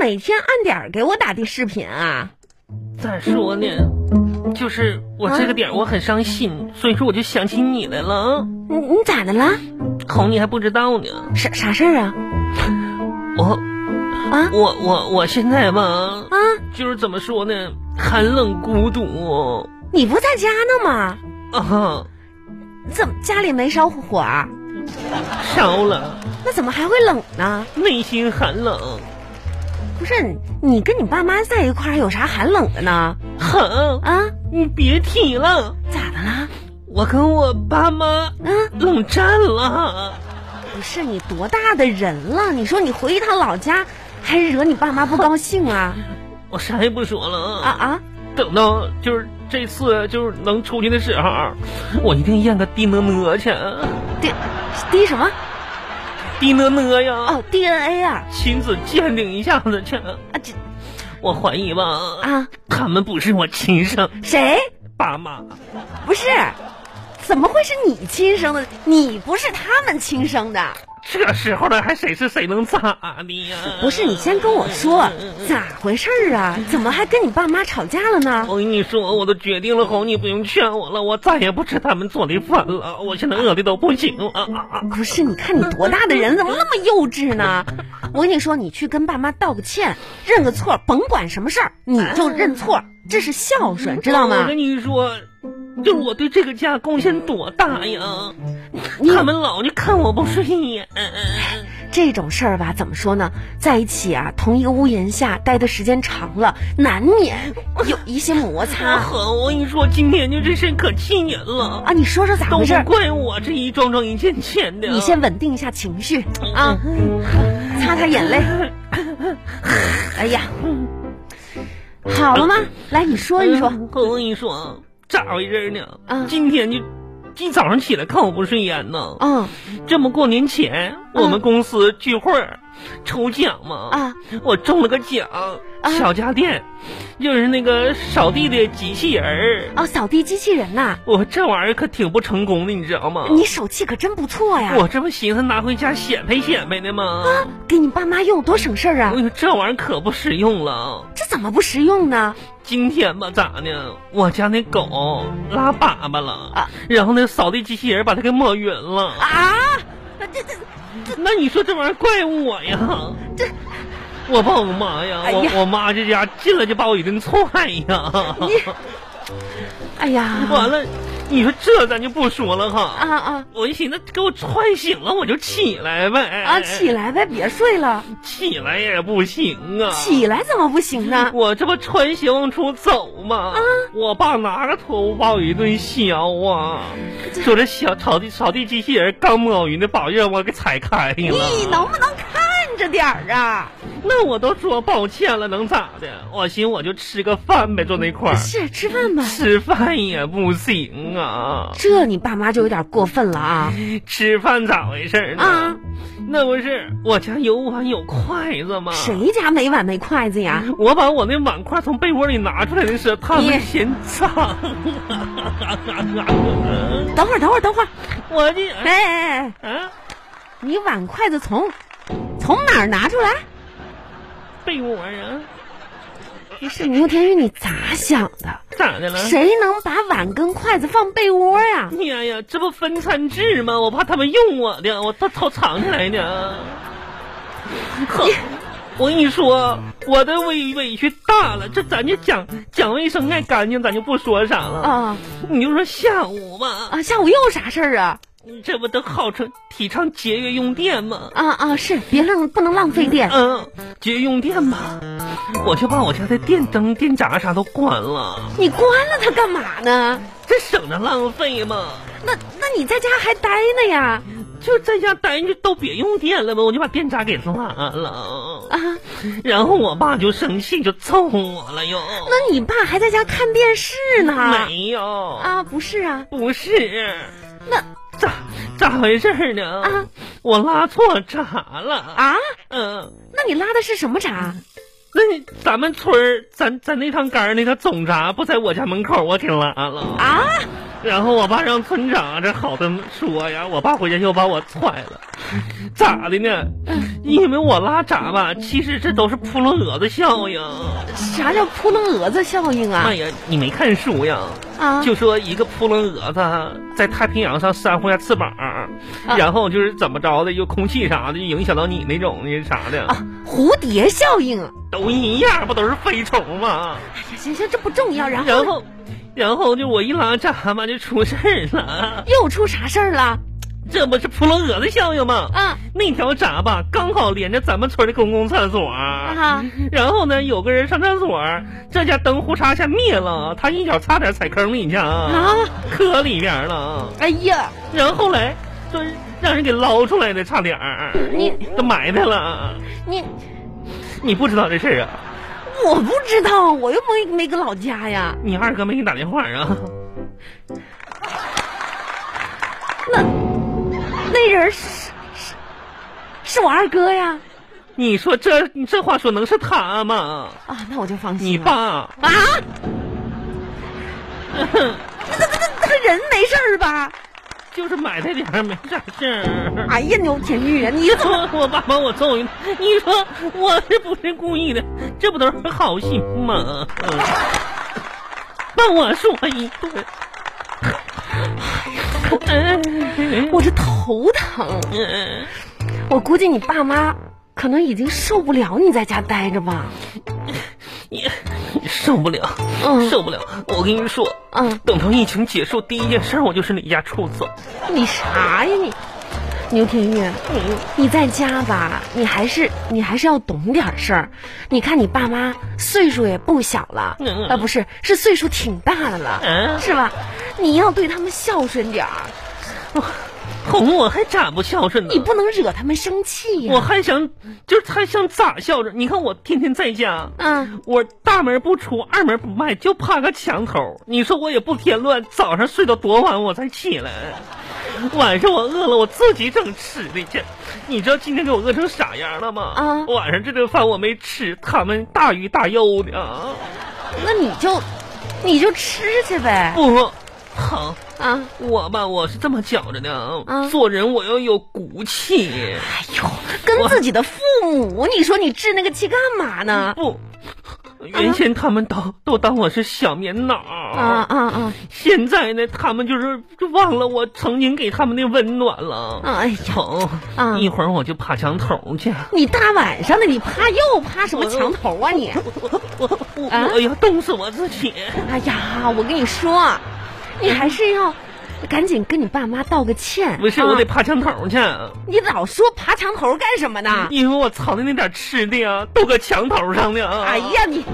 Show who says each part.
Speaker 1: 每天按点儿给我打的视频啊？
Speaker 2: 咋说呢？就是我这个点儿我很伤心，所以说我就想起你来了啊。
Speaker 1: 你你咋的了？
Speaker 2: 哄你还不知道呢，
Speaker 1: 啥啥事儿啊？
Speaker 2: 我
Speaker 1: 啊
Speaker 2: 我我我现在吧，
Speaker 1: 啊，
Speaker 2: 就是怎么说呢，寒冷孤独
Speaker 1: 你不在家呢吗？
Speaker 2: 啊哈，
Speaker 1: 怎么家里没烧火儿？
Speaker 2: 烧了，
Speaker 1: 那怎么还会冷呢？
Speaker 2: 内心寒冷，
Speaker 1: 不是你跟你爸妈在一块儿有啥寒冷的呢？
Speaker 2: 哼，
Speaker 1: 啊，
Speaker 2: 你别提了，
Speaker 1: 咋的啦？
Speaker 2: 我跟我爸妈
Speaker 1: 啊，
Speaker 2: 冷战了，
Speaker 1: 不是你多大的人了？你说你回一趟老家，还惹你爸妈不高兴 啊？
Speaker 2: 我啥也不说了
Speaker 1: 啊啊！
Speaker 2: 等到就是这次就是能出去的时候，我一定验个 DNA 去啊
Speaker 1: 滴滴什么？
Speaker 2: ，DNA 呀，
Speaker 1: 哦，DNA 啊
Speaker 2: 亲自鉴定一下子去。
Speaker 1: 啊这
Speaker 2: 我怀疑吧，
Speaker 1: 啊
Speaker 2: 他们不是我亲生
Speaker 1: 谁？
Speaker 2: 爸妈，
Speaker 1: 不是，怎么会是你亲生的？你不是他们亲生的。
Speaker 2: 这时候了还谁是谁能咋的呀？
Speaker 1: 不是，你先跟我说咋回事儿啊？怎么还跟你爸妈吵架了呢？
Speaker 2: 我跟你说，我都决定了，红，你不用劝我了，我再也不吃他们做的饭了，我现在饿的都不行了。
Speaker 1: 不是，你看你多大的人，怎么那么幼稚呢？我跟你说，你去跟爸妈道个歉，认个错，甭管什么事儿，你就认错，这是孝顺，知道
Speaker 2: 我
Speaker 1: 吗？
Speaker 2: 跟你说，就是我对这个家贡献多大呀！
Speaker 1: 你
Speaker 2: 他们老就看我不顺眼，
Speaker 1: 这种事儿吧，怎么说呢？在一起啊，同一个屋檐下待的时间长了，难免有一些摩
Speaker 2: 他
Speaker 1: 擦
Speaker 2: 狠！我跟你说，今天就这事可气人了，
Speaker 1: 啊。你说说咋
Speaker 2: 都
Speaker 1: 回事
Speaker 2: 是
Speaker 1: 儿？
Speaker 2: 怪我这一桩桩一件件的。啊
Speaker 1: 你先稳定一下情绪啊，擦擦眼泪。哎呀，好了吗？来，你说一说。
Speaker 2: 哎我跟你说，啊咋回事呢？
Speaker 1: 嗯
Speaker 2: 今天就今早上起来看我不顺眼呢。
Speaker 1: 嗯
Speaker 2: 这不过年前
Speaker 1: 嗯
Speaker 2: 我们公司聚会儿抽奖嘛，
Speaker 1: 啊，
Speaker 2: 我中了个奖，
Speaker 1: 啊
Speaker 2: 小家电，就是那个扫地的机器人儿。
Speaker 1: 哦，扫地机器人呐、
Speaker 2: 我这玩意儿可挺不成功的，你知道吗？
Speaker 1: 你手气可真不错呀！
Speaker 2: 嗯我这不寻思拿回家显摆显摆呢吗？
Speaker 1: 给你爸妈用多省事儿
Speaker 2: 我
Speaker 1: 啊！
Speaker 2: 跟你说，这玩意儿可不实用了。
Speaker 1: 这怎么不实用呢？
Speaker 2: 今天吧，咋呢？我家那狗拉粑粑了，
Speaker 1: 啊
Speaker 2: 然后那扫地机器人把它给抹匀了。
Speaker 1: 啊，这这
Speaker 2: 那你说这玩意儿怪我呀？
Speaker 1: 这，
Speaker 2: 我爸我妈呀，
Speaker 1: 哎呀
Speaker 2: 我我妈这家进来就把我一顿踹呀。
Speaker 1: 你，哎呀，
Speaker 2: 完了，你说这咱就不说了哈。
Speaker 1: 啊啊
Speaker 2: 我一寻思，给我踹醒了，我就起来呗。
Speaker 1: 啊！起来呗，别睡了，
Speaker 2: 起来也不行啊。
Speaker 1: 起来怎么不行呢？
Speaker 2: 我这不穿鞋往出走吗？
Speaker 1: 啊
Speaker 2: 我爸拿个拖布把我一顿削啊，说这小扫地扫地机器人刚抹匀的把让我给踩开
Speaker 1: 你
Speaker 2: 了。
Speaker 1: 能不能看着点儿啊？
Speaker 2: 那我都说抱歉了，能咋的？我寻思我就吃个饭呗，坐那块儿
Speaker 1: 是吃饭吧，
Speaker 2: 吃饭也不行啊，
Speaker 1: 这你爸妈就有点过分了啊！
Speaker 2: 吃饭咋回事呢？
Speaker 1: 啊
Speaker 2: 那不是我家有碗有筷子吗？
Speaker 1: 谁家没碗没筷子呀？
Speaker 2: 我把我那碗筷从被窝里拿出来的时候，他
Speaker 1: 你
Speaker 2: 们嫌脏。啊
Speaker 1: 等会儿，等会儿，等会儿，
Speaker 2: 我这
Speaker 1: 哎哎哎，
Speaker 2: 啊，
Speaker 1: 你碗筷子从从哪儿拿出来？
Speaker 2: 被窝啊，
Speaker 1: 不是牛天宇，你咋想的？
Speaker 2: 咋的了？哎
Speaker 1: 谁能把碗跟筷子放被窝呀、
Speaker 2: 呀呀，这不分餐制吗？我怕他们用我的，我偷偷藏起来的。哼，我跟你说，我的委委屈大了，这咱就讲讲卫生爱干净，咱就不说啥了。
Speaker 1: 啊
Speaker 2: 你就说下午吧，
Speaker 1: 啊！下午又啥事儿啊？
Speaker 2: 这不都号称提倡节约用电吗？
Speaker 1: 啊啊！是，别浪不能浪费电。
Speaker 2: 嗯，节约用电吧，我就把我家的电灯、电闸啥都关了，
Speaker 1: 你关了它干嘛呢？
Speaker 2: 这省着浪费嘛。
Speaker 1: 那那你在家还待呢呀？
Speaker 2: 就在家待着都别用电了呗，我就把电闸给拉了，
Speaker 1: 啊，
Speaker 2: 然后我爸就生气，就揍我了又。
Speaker 1: 那你爸还在家看电视呢？
Speaker 2: 没有，
Speaker 1: 啊，不是啊，
Speaker 2: 不是，
Speaker 1: 那
Speaker 2: 咋咋回事呢？
Speaker 1: 啊
Speaker 2: 我拉错闸了啊，
Speaker 1: 啊，
Speaker 2: 嗯，
Speaker 1: 那你拉的是什么闸？
Speaker 2: 那你咱们村儿咱咱那趟杆儿那个总闸不在我家门口，我给拉了。
Speaker 1: 啊，
Speaker 2: 然后我爸让村长啊这好的说呀，我爸回家又把我踹了，咋的呢？因为我拉闸吧，其实这都是扑棱蛾子效应。
Speaker 1: 啊啥叫扑棱蛾子效应啊
Speaker 2: 哎？呀，你没看书呀？
Speaker 1: 啊，
Speaker 2: 就说一个扑棱蛾子在太平洋上扇呼下翅膀，
Speaker 1: 啊
Speaker 2: 然后就是怎么着的，又空气啥的就影响到你那种那啥的，
Speaker 1: 啊，蝴蝶效应。
Speaker 2: 都一样，不都是飞虫吗？
Speaker 1: 哎呀，行行，这不重要。然
Speaker 2: 然
Speaker 1: 后
Speaker 2: 后，然后就我一拉闸嘛，就出事儿了。
Speaker 1: 又出啥事儿了？
Speaker 2: 这不是扑棱蛾子效应吗？
Speaker 1: 啊
Speaker 2: 那条闸吧，刚好连着咱们村的公共厕所。
Speaker 1: 啊！
Speaker 2: 然后呢，有个人上厕所，这家灯呼嚓一下灭了，他一脚差点踩坑里去啊
Speaker 1: 啊，
Speaker 2: 磕里边了。
Speaker 1: 哎呀，
Speaker 2: 然后后来说让人给捞出来的，差点儿
Speaker 1: 你
Speaker 2: 都埋汰了。
Speaker 1: 你
Speaker 2: 你不知道这事儿啊？
Speaker 1: 我不知道，我又没没搁老家呀。
Speaker 2: 你二哥没给你打电话啊？
Speaker 1: 那人是是是我二哥呀。
Speaker 2: 你说这你这话说能是他吗？
Speaker 1: 啊，那我就放
Speaker 2: 你
Speaker 1: 心了。
Speaker 2: 爸
Speaker 1: 爸啊？这这这这人没事儿吧？
Speaker 2: 就是埋汰点儿，没啥事儿。
Speaker 1: 哎呀，牛田玉啊，你
Speaker 2: 你说 我爸把我揍一顿，你说我是不是故意的？这不都是好心吗？嗯把我说一顿， 哎嗯
Speaker 1: 我这头疼，
Speaker 2: 嗯
Speaker 1: 我估计你爸妈可能已经受不了你在家待着吧。
Speaker 2: 你你受不了，
Speaker 1: 嗯
Speaker 2: 受不了！我跟你说，
Speaker 1: 嗯，
Speaker 2: 等到疫情结束，第一件事我就是离家出走。
Speaker 1: 你啥呀你？牛田玉，
Speaker 2: 嗯
Speaker 1: 你在家吧，你还是你还是要懂点事儿。你看你爸妈岁数也不小了，
Speaker 2: 嗯
Speaker 1: 啊不是，是岁数挺大的了，
Speaker 2: 嗯，
Speaker 1: 是吧？你要对他们孝顺点儿，
Speaker 2: 哄我还咋不孝顺呢？
Speaker 1: 你不能惹他们生气
Speaker 2: 我
Speaker 1: 呀、
Speaker 2: 还想，就是还想咋孝顺？你看我天天在家，
Speaker 1: 嗯，
Speaker 2: 我大门不出，二门不迈，就趴个墙头。你说我也不添乱，早上睡到多晚我才起来，晚上我饿了我自己整吃的去。你知道今天给我饿成啥样了吗？
Speaker 1: 啊
Speaker 2: 晚上这顿饭我没吃，他们大鱼大肉的。
Speaker 1: 那你就你就吃去呗。
Speaker 2: 不，好，
Speaker 1: 啊，
Speaker 2: 我吧，我是这么觉着的，
Speaker 1: 啊
Speaker 2: 做人我要有骨气。
Speaker 1: 哎呦，跟自己的父母，你说你置那个气干嘛呢？
Speaker 2: 不，原先他们都、都当我是小棉袄
Speaker 1: 啊啊啊！
Speaker 2: 现在呢，他们就是就忘了我曾经给他们的温暖了。
Speaker 1: 啊哎呀
Speaker 2: 好，
Speaker 1: 啊
Speaker 2: 一会儿我就爬墙头去。
Speaker 1: 你大晚上的，你趴又趴什么墙头啊你？
Speaker 2: 我我我，
Speaker 1: 啊
Speaker 2: 哎呀，冻死我自己！
Speaker 1: 哎呀，我跟你说，你还是要赶紧跟你爸妈道个歉。
Speaker 2: 不是，
Speaker 1: 啊
Speaker 2: 我得爬墙头去，
Speaker 1: 你老说爬墙头干什么呢？
Speaker 2: 因为我藏的那点吃的呀，都搁墙头上呢。
Speaker 1: 哎，呀，你